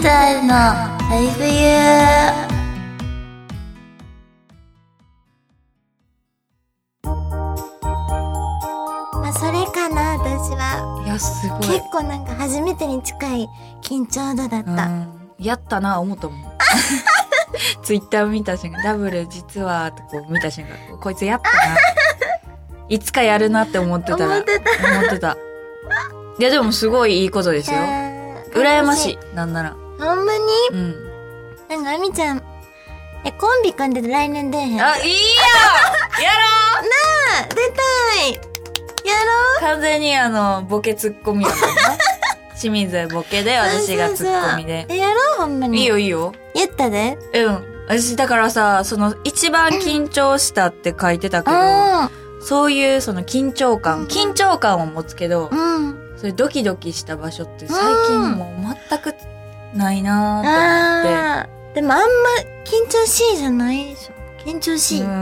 タイムのライブユーまあ、それかな、私は。いや、すごい結。構なんか初めてに近い緊張度だっうた。んやったな、思ったも ん。ツイッターを見た瞬間、ダブル実は、とこう見た瞬間、こいつやったな。いつかやるなって思ってたら。思ってた。思ってた。いや、でもすごいいいことですよ。羨ましいい。なんなら。やー。ほんまにうん。なんか、あみちゃん、え、コンビ組んでて来年出えへん。あ、いいやんやろう出たいやろ完全にあの、ボケツッコミやもんな。清水ボケで、う私がツッコミそうそうでそう。え、やろうほんまに。いい。よいいよ。言ったで。うん。私、だからさ、その、一番緊張したって書いてたけど、あそういうその緊張うん感、緊張感を持つけどあ、、うん。そういうドキドキした場所って最近もう全くないなーってああ。でもあんま緊張しいじゃないでしょ。緊張しい。思っ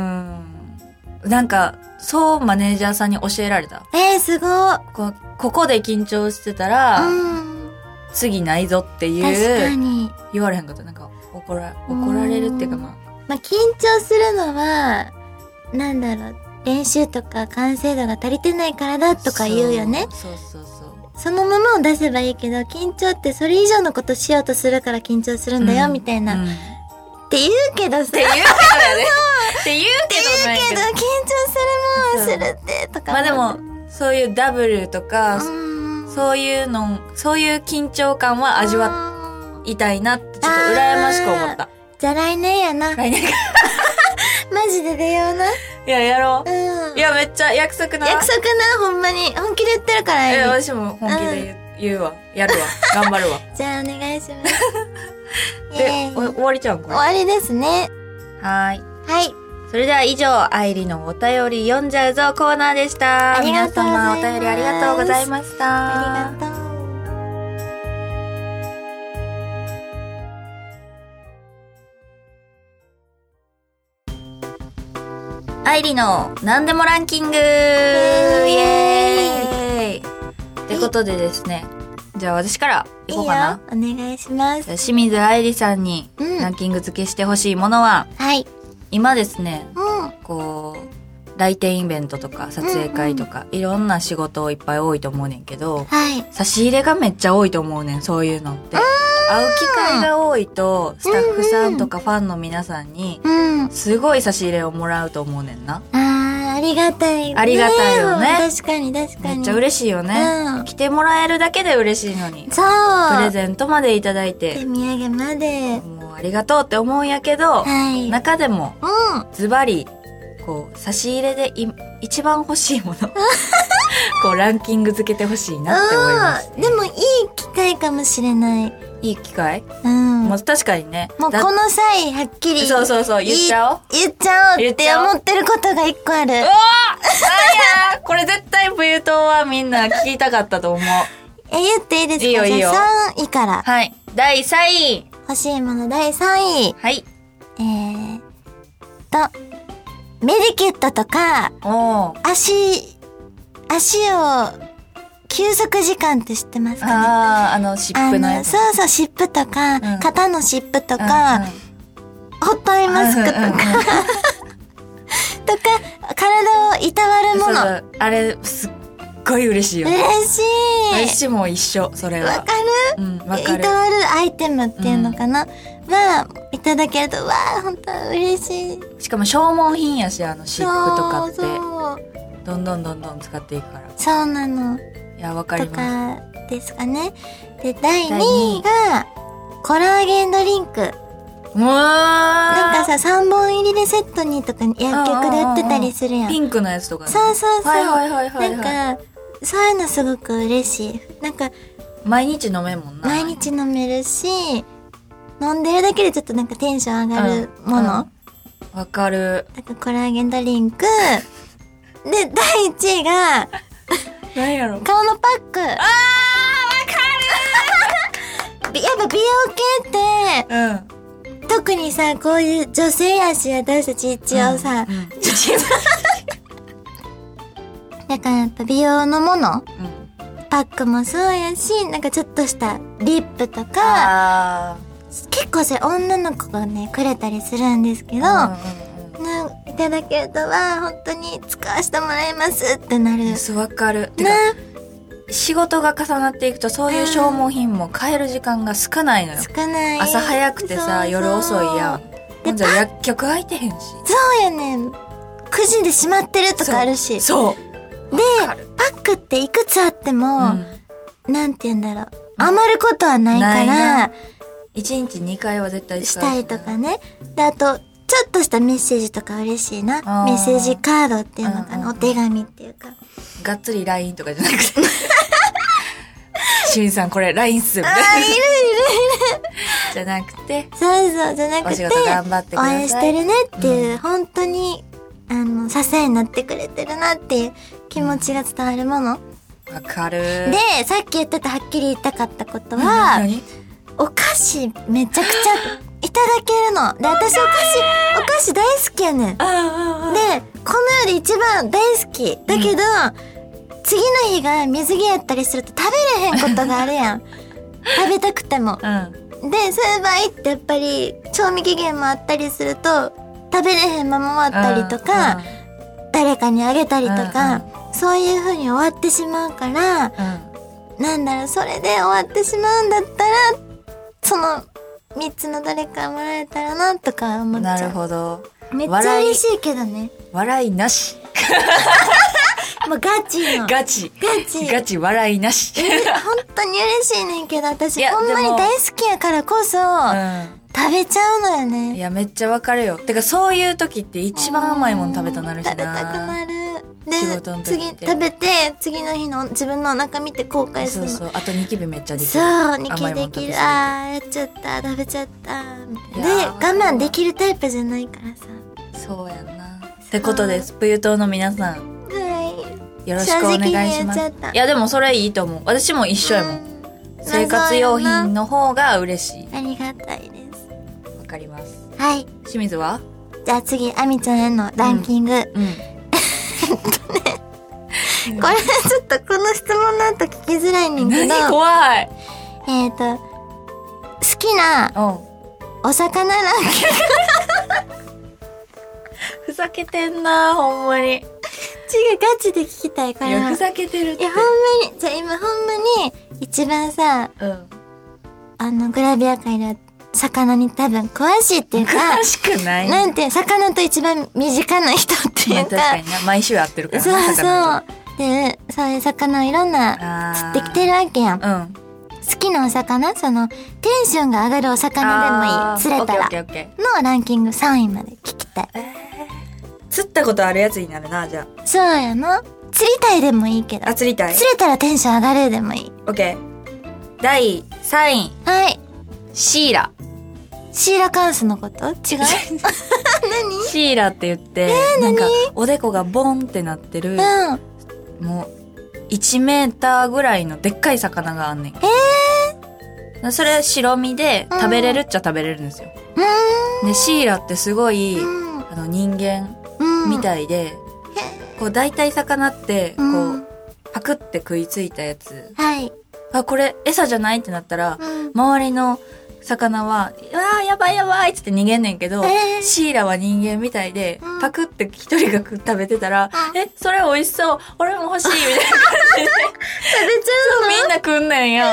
て。うん。なんか、そうマネージャーさんに教えられた。えー、すごい。こここで緊張してたら、うん。次ないぞってい確かう、に。言われへんかった。なんか、怒ら、怒られるっていうかうんままあ、緊張するのは、なんだろう、練習とか完成度が足りてないからだあ。とか言うよね。そう。そうそうそう。そのままを出せばいいけど、緊張ってそれ以上のことしようとするから緊張するんだよ、うんみたいな。うっんって言うけどさ、て言うけどね。って言うけどないけけどど緊。張するもん、するって、とか。まあでも、、そういうダブルとか、うん、う、そういうの、そういう緊張感は味わわいたいなって、ちょっと羨ましく思った。じゃあ来年やな。来年か。マジで出ような。いや、やろうう。ん。いや、めっちゃ約束な。約束な、ほんまに。本気で言ってるからえ、よ。私も本気で言う,、言うわ。やるわ。頑張るわ。じゃあお 願いします。イエ でー、イお終わりちゃうんこ終れ。わりですね。はーい。はい。それでは以上、愛理のお便り読んじゃうぞコーナーでした。ありがとうございます皆様お便りありがとうございました。ありがとう。アイリの何でもランキングイエエーイってことでですね、じゃあ私からいいいよ。こうおかな。願いしますじゃ。あ清水愛理さんにうんランキング付けしてほしいものは、はい。今ですね、うん。こう、来店イベントとか撮影会とか、いろんな仕事をいっぱい多いと思うねんけど、はい。差し入れがめっちゃ多いと思うねん、そういうのって。会う機会が多いと、スタッフさんとかファンの皆さんに、うん。すごい差し入れをもらうと思うねんな。あー、ありがたいね。ありがたいよもねう確かに確かめに。っちゃ嬉しいよね。うん来てもらえるだけで嬉しいのに。そう。プレゼントまでいただい手土て、産まで。もうありがとうって思うんやけはど、い。うん。中でもあズバリ、こう、差し入れでい一番欲しいも の、こう、ランキング付けてほしいなって思います。ーでもいい機会かもしれない。いい機会、うん。ももう確かにね。うだこの際、はっきり。そうそうそう、言っちゃおう。言っちゃおうっ言ってちゃおう思ってることが一個ある。うわあやーこれ絶対ブユ島はみんな聞きたかったと思う。え、言っていいですかいいよいいよじゃあ3位から。はい。第3位。欲しいもの第3位。はい。えーっと、メディケットとか、おー。足、足を、休息時間って知ってますかねあー、あの、湿あ布のの、やつ。そうそう、湿布とか、ん肩の湿布とうんか、うんホットアイマスクとか、うんうんうんとか、体をいたわるもの。そうあれすっごい嬉しいよ、嬉しい。私も一緒それわはかうんわるかいるたわるアイテムっていうのかな、はいただけると、わあ、本当嬉しい。しかも消耗品やしあの湿布とかってそう、どんどんどんどん使っていくからそうなの。いやわかとりますかですかね。で、第2第二位位が、コラーゲンドリンク。うわーなんかさ、3本入りでセットにとか薬局で売ってたりするやん。ピンクのやつとかねそうそうそう。はいはいはいはい、はい、なんか、そういうのすごく嬉しい。なんか、毎日飲めんもんな毎日飲めるし、飲んでるだけでちょっとなんかテンション上がるもの。うんうんわかるなんかコラーゲンドリンク。で、第1位が、なんやろ顔のパック。や っぱ美容系って、うんうん特にさ、こういう女性やし、私たち一応さ、うんうんだからやっぱ美容のものパックもそうやし、なんかちょっとしたリップとか、あ結構それ女の子がね、くれたりするんですけど、あね、いただけるとは、本当に使わせてもらいますってなる。うんねうん、そうわかるてか仕事が重なっていくとそういう消耗品も買える時間が少ないのよ少ない。朝早くてそうさそう夜遅いやでほんじゃ薬局開いてへんしそうやねん。9時で閉まってるとかあるし。そうで、パックっていくつあっても、なんて言うんだろう。余ることはないかないら、一日二回は絶対し使うたりとかね。で、あと、ちょっとしたメッセージとか嬉しいなあー。メッセージカードっていうのかうんうんな。うおん手紙っていうか。がっつり LINE とかじゃな くて清水さんこれ LINE っすよみたいあ、ないるいるじゃなくてそうそう、じゃなくおて、仕事頑張ってくだ応さい援してるねっていう、うん本当に、あの、支えになってくれてるなっていう気持ちが伝わるもの。わかるで、さっき言ってたはっきり言いたかったことなは、にお菓子めちゃくちゃいただけるの。で、私お菓子、お菓子大好きやねん。で、あこの世で一番大好き。だけど、次の日が水着やったりすると食べれへんことがある やん。食べたくても。あでそういう場合ってやっぱり賞味期限もあったりすると食べれへんまま終わったりとか、誰かにあげたりとか、そういう風に終わってしまうからうんうんなんだろうそれで終わってしまうんだったらその3つのどれかもらえたらなとかうん思っちなゃるうほどめっちゃ笑い嬉しいけどね笑いなしもうガチのガガチチガチ笑い なし本当に嬉しいねんけどい私やほんまにでも大好きやからこそ、う食べちゃうのよねんいやめっちゃわかるよてかそういう時って一番甘いもの食べたなるしな食べたくな仕る事での時っ次て食べて次の日の自分のお腹見て後悔すそるうのそうあとニキビめっちゃできるそうニキ甘いもんでき食べすぎるてあーやっちゃった食べちゃったみたいいなでやー我慢できるタイプじゃないからさそうやんなってことです冬島の皆さんはよろしくお正願いしま直に言っちゃすったいやでもそれいいと思う私も一緒やもいん生活用品の方が嬉しいありがたいですわかりますはい清水はじゃあ次あみちゃんへのランキング、うんこれちょっとこの質問なんと聞きづらいねんけど何怖いえっ、と好きなうんお魚ランキングふざけてんなほんまにい違うガチで聞きたいから やふざけてるっいてや、ほんまに、じゃあ今ほんまに、一番さ、うんあの、グラビア界で魚に多分詳しいっていうか詳、しくないなんて、魚と一番身近な人ってまいあう確かか、にな毎週会ってるからなそうそ魚う。で、そういう魚をいろんな、とできてるわけやん。あーうん好きなお魚その、テンションが上がるお魚あーでもいい。釣れたオらッ。ケーオッケーオッケのランキング3位まで聞きたい。ー釣ったことあるやつになるなじゃそうやな。釣りたいでもいいけどああ。釣りたい釣れたらテンション上がるでもいい。オッケー第3位はい。シーラシーラカンスのこと違うシーラって言って、なんかおでこがボンってなってる、何うん。もう1メーターぐらいのでっかい魚があんねんそれ白身で食べれるっちゃ食べれるんですよ、うでシーラってすごい、ーんあの人間うん。みい。たいで、こう大体魚ってこう、うんパクって食いついたやつはい。あこれ餌じゃないってなったら、うん周りの魚は「うわーやばいやばい」っつって逃げんねんけど、えーシイラは人間みたいで、うんパクって一人が食食べてたら「うんえそれ美味しそう俺も欲しい」みたいな 食べちゃみんな食んねんよ。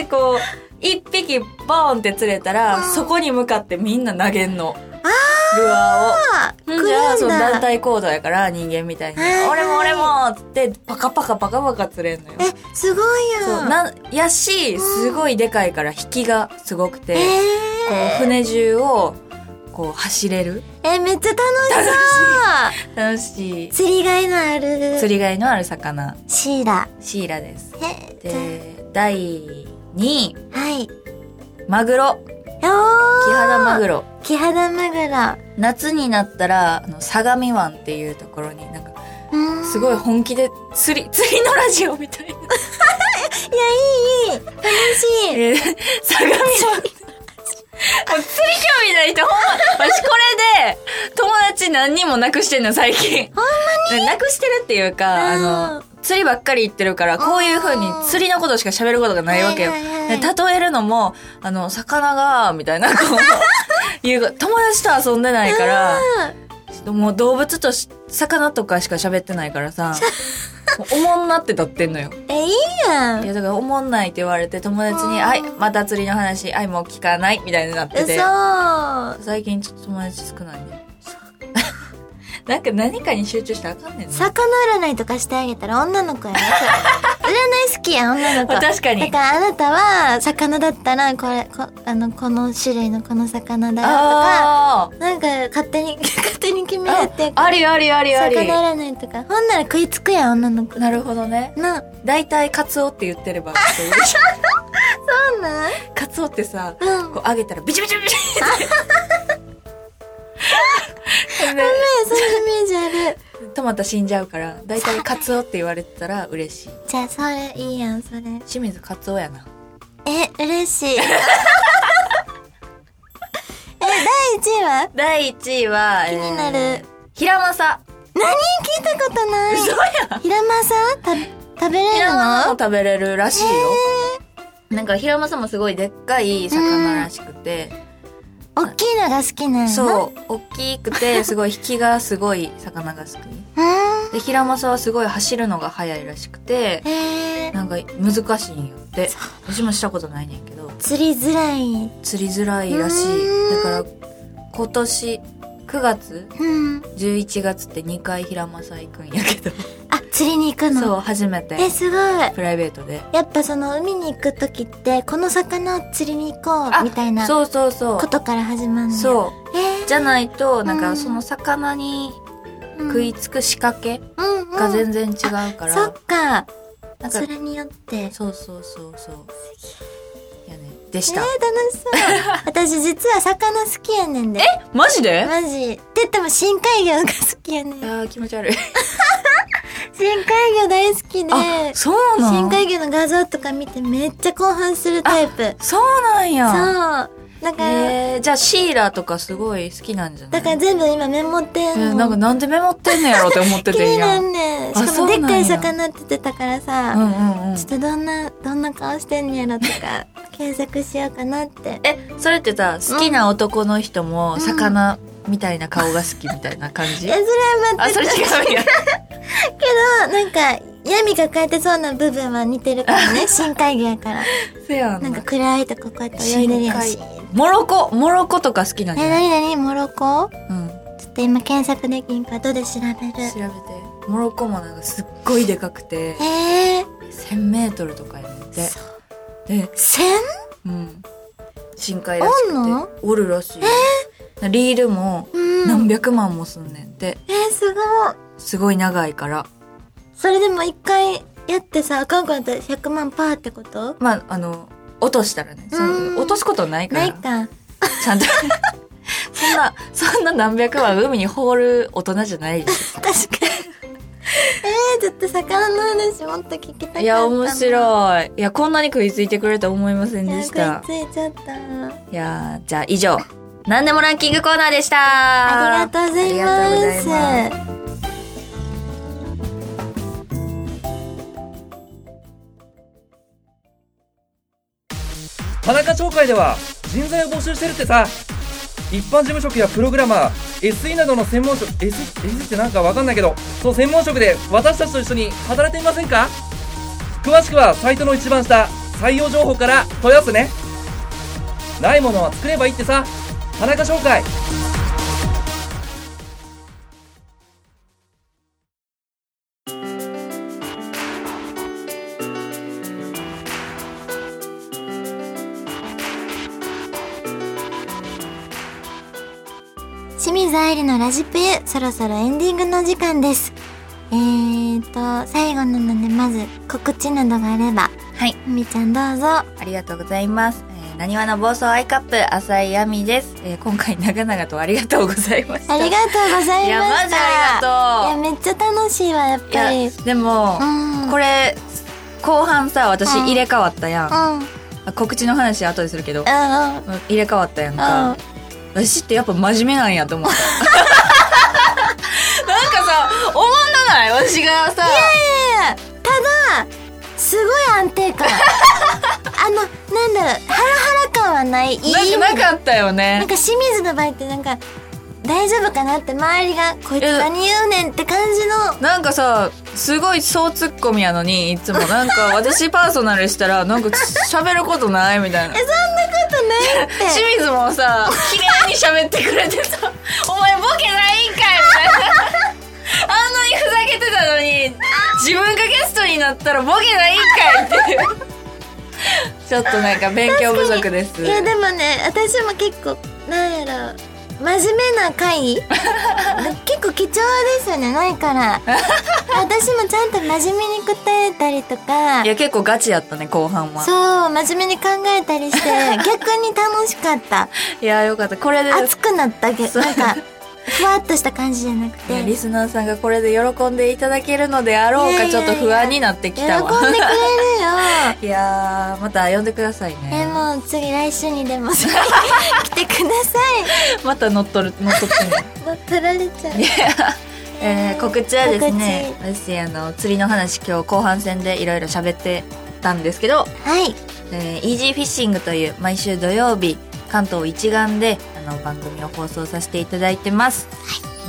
で、こう、一匹ボーンって釣れたら、うんそこに向かってみんな投げんの。ルアーを。食うんだじゃあ、その団体行動やから、人間みたいにはいは。い俺も俺もっつって、パカパカパカパカ釣れんのよ。え、すごいやん。そう、な、やし、すごいでかいから、引きがすごくえて、こう、船中を、こう、走れる。ー、え、めっちゃ楽しそ。楽しいう釣りがいのある。釣りがいのある魚、シーラ。シイラです。え、じゃで、第2位、あはい。マグロ。おキー。ハダマグロ。キハダマグロ。夏になったらあの相模湾っていうところになんかうーんすごい本気で釣り釣りのラジオみたいないや、いい、いい。楽しい。えー相模湾もう釣り興味ない人ほんま私これで友達何人もなくしてんの最近ほんまになくしてるっていうかあの釣りばっかり行ってるから、こういう風に釣りのことしか喋ることがないわけよ。はいはいはでい例えるのも、あの、魚が、みたいな、こう、いう、友達と遊んでないから、もう動物とし、魚とかしか喋ってないからさ、もうおもんなってなってんのよ。え、いいやいん。や、だからおもんないって言われて友達うに、んはい、また釣りの話、はい、もう聞かない、みたいになってて。嘘。最近ちょっと友達少ないね。 なんか何かに集中したらあかんねんな。魚占いとかしてあ げたら女の子やな。それ占い好きやん、女の子。確かだにか。らあなたは魚だったらこれこあのこの種類のこの魚だよとかあなんか勝手に 勝手に決ーめるってあ、ありありありあり。魚占いとかほんなら食いつくやん女の子なるほどね。な大体カツオって言ってれば。そうなんカツオってさ、うんこう揚げたらビチビチビチって。そのイメージあるでトマト死んじゃうから、大体カツオって言われてたら嬉しい。じゃあそれいいやんそれ清水カツオやな。え嬉し いえ第1位は第1位は、気になるえー平正。何聞いたことない嘘やん。ひらまさんた食べれ平る正もの食べれるらしいよ。なんか平正もすごいでっかい魚らしくて、大きいのが好きなんやなうそう、大きく て、すごい引きがすごい魚が好き。うんで、平正はすごい走るのが速いらしくて、えーなんか難しいんよって。私もしたことないねんけど、釣りづらい釣りづらいらしい。だうから、今年9月、うん11月って2回平正行くんやけど、あ釣りに行くのそう、初めて、えすごいプライベートで。やっぱその海に行く時ってこの魚を釣りに行こうみたいなそうそうそこう。とから始まるのうそえう。ー、じゃないと、なんうかんその魚にうん食いつく仕掛けうんうんが全然違うから、そっかなんかそれによってそうそうそうそういやねでえしー、た、楽しそう 私実は魚好きやねんでえマジでマジって言っても深海魚が好きやねんあー気持ち悪い深海魚大好きであそうなん深海魚の画像とか見てめっちゃ興奮するタイプそうなんそうやだから、えー、じゃあシーラとかすごい好きなんじゃなだいから全部今メモってえんの、ーなんかなんでメモってんのやろって思って気てんになやんんねんしあかもそでうっなんかやい魚って言ってたからさ、うんうんうんちょっとどんなどんな顔してんのやろと か検索しようかなってえそれってさ好きな男の人も魚みたいな顔が好きみたいな感えじ、それはあ待そってれた違うんやなんか闇抱えてそうな部分は似てるから ね深海魚やからせなやんなか暗いとここうやって泳いでるやんし深モロコモロコとか好きなんじゃえない、何何モロコうんちょっと今検索できんからどで調べる調べてモロコもなんかすっごいでかくてえー、 1,000m とかやねんてそで、千うん、深海らしくておんのおるらしい、リールもうん何百万もすんねんてえー、すごいすごい長いからそれでも一回やってさあかんくなったら100万パーってことまああの落としたらねそうんの落とすことないかないら か ちゃんとそんなそんな何百万海に放る大人じゃないで 確かにえー、ちょっと魚の話もっと聞きたかったすいや面い白いいやこんなに食いついてくれて思いませんでなんしたかついちゃったあいやーじゃあ以上何でもランキングコーナーでしたりがとうございありがとうございますます田中町会では人材を募集してるってさ一般事務職やプログラマー SE などの専門職 SE, SE ってなんかわかんないけどその専門職で私たちと一緒に働いてみませんか詳しくはサイトの一番下採用情報から問い合わせねないものは作ればいいってさ田中商会清水愛理のラジプユそろそろエンディングの時間ですえーと最後なのでまず告知などがあればはいみーちゃんどうぞありがとうございますなにわの暴走アイカップ浅井亜美です、えー今回長々とありがとうございましたありがとうございいやまマしジたあいやめっちゃ楽しいわやっりがぱとうりいやでも、うんこれ後半さ私うん入れ替わったやんう、んうんあ告知の話後でするけど、うん入れ替わったやんか、うん私ってやっぱ真面目なんやと思っ たなんかさ思わない私がさすごい安定 感あのなんだろうハラハラ感はないいい意味でなんかなかったよなねんか清水の場合ってなんか大丈夫かなって周りがこいつ何言うねんって感 じのなんかさすごい総ツッコミやのにいつもなんか私パーソナルしたらなんか喋ることないみたいなそんなことないって清水 もさ綺麗に喋ってくれてさ「お前ボケないんかい」みたいなあんなにふざけてたのに自分がゲストになったらボケないんかいっていうちょっとなんか勉強不足ですいやでもね私も結構なんやろ真面目な 回結構貴重ですよねないから 私もちゃんと真面目に答えたりとかいや結構ガチやったね後半はそう真面目に考えたりして 逆に楽しかったいやよかったこれで熱くなったけそうなんかふわっとした感じじゃなくいやリてスナーさんがこれで喜んでいただけるのであろういやかいちやょいっやと不安になってき喜んでたわくれるよ いやーまた呼んでくださいえねもう次来週に でも来てくださまた乗っ取る乗っ取ってね い乗っ取られちゃうえー告知はですね告私あの釣りの話今日後半戦でいろいろ喋ってたんですけど、はいえー、イージーフィッシングという毎週土曜日関東一丸であの番組を放送させていただいてます、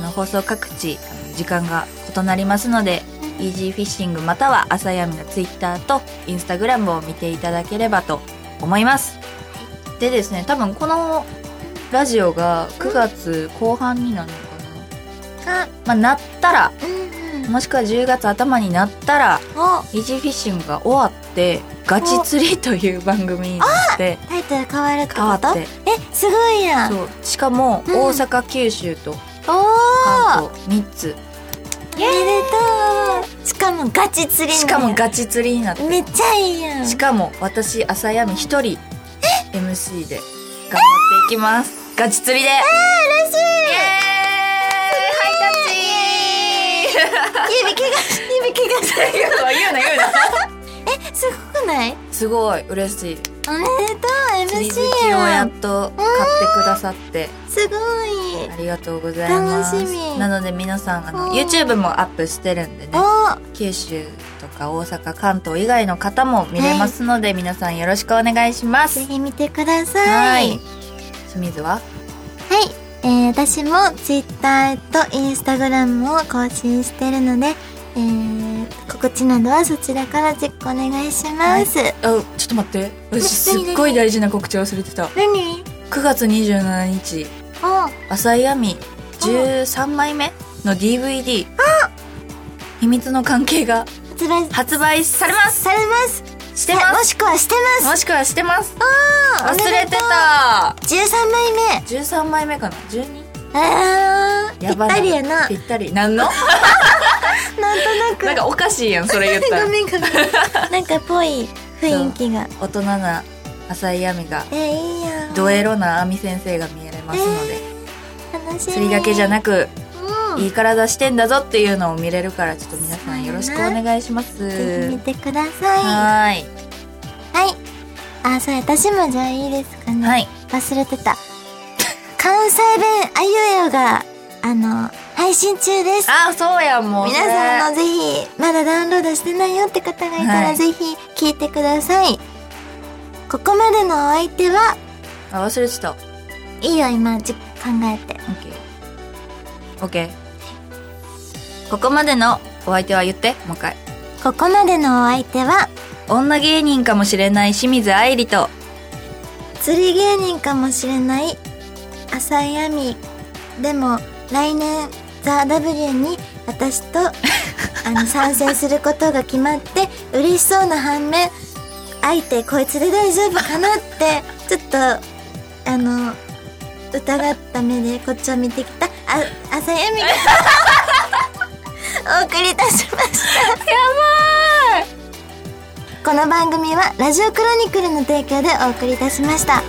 あの放送各地あの時間が異なりますので、イージーフィッシングまたは朝闇のツイッターとインスタグラムを見ていただければと思いますでですね多分このラジオが9月後半になるのかかな、まあ、なったらうんうんもしくは10月頭になったらおイージーフィッシングが終わってガチ釣りという番組になってタイトル変わるってこと変わってえすごいやんそうしかもうん大阪、九州とお関お東3つめでとうしかもガチ釣りしかもガガチ釣りになってめっちゃいいやんしかも私朝闇一人 MC で頑張っていきますガチ釣りで嬉しいイエーイハイタッチ指怪我し指怪我し言うな言うなすごくないすごい嬉しいおめでと釣りう好 MC きをややっんと買ってくださってすごいありがとうございます。楽しみなので皆さん、あの、うん YouTube もアップしてるんでね、お九州とか大阪、関東以外の方も見れますので、皆さんよろしくお願いしまぜす。ひ見てください。清水ははい。えー私も Twitter と Instagram を更新してるので、えー告知などはそちらからチェックお願いします。あ、ちょっと待って。私すっごい大事な告知忘れてた。何9月27日、お浅井亜美13枚目の DVD、秘密の関係が発売発売されますされます。してまもすしくはしてます。もしくはしてますあー忘おめれでてとうた13枚目。 13枚目かな 12? あーぴやっばいたりやな。なんぴったり何 のとなく。なんかおかしいやんそれ言ったごらめんごめん。なんかぽい雰囲気が。大人な浅井亜美がえー、いいやん。ドエロな亜美先生が見えれますので、楽しみ。釣りだけじゃなく、うん。いい体してんだぞっていうのを見れるからちょっと皆さんよろしくお願いしますぜひ見てください。はーいはい。あ、そう、私もじゃあいいですかね。はい忘れてた。関西弁あゆえよが、あの、配信中です。あそうやんもう皆さんののぜひ、まだダウンロードしてないよって方がいたはら、いぜひ聞いてください。ここまでのお相手は、あ忘れてたいいよ、今、じ考えて。 OK ここまでのお相手は言ってもう一回ここまでのお相手は、女芸人かもしれない清水愛理と釣り芸人かもしれない浅井亜美でも来年ザ・ W に私とあの参戦することが決まって嬉しそうな反面相手こいつで大丈夫かなってちょっとあの疑った目でこっちを見てきたあ浅井亜美がお送りいたしましたやばいこの番組は「ラジオクロニクル」の提供でお送りいたしました。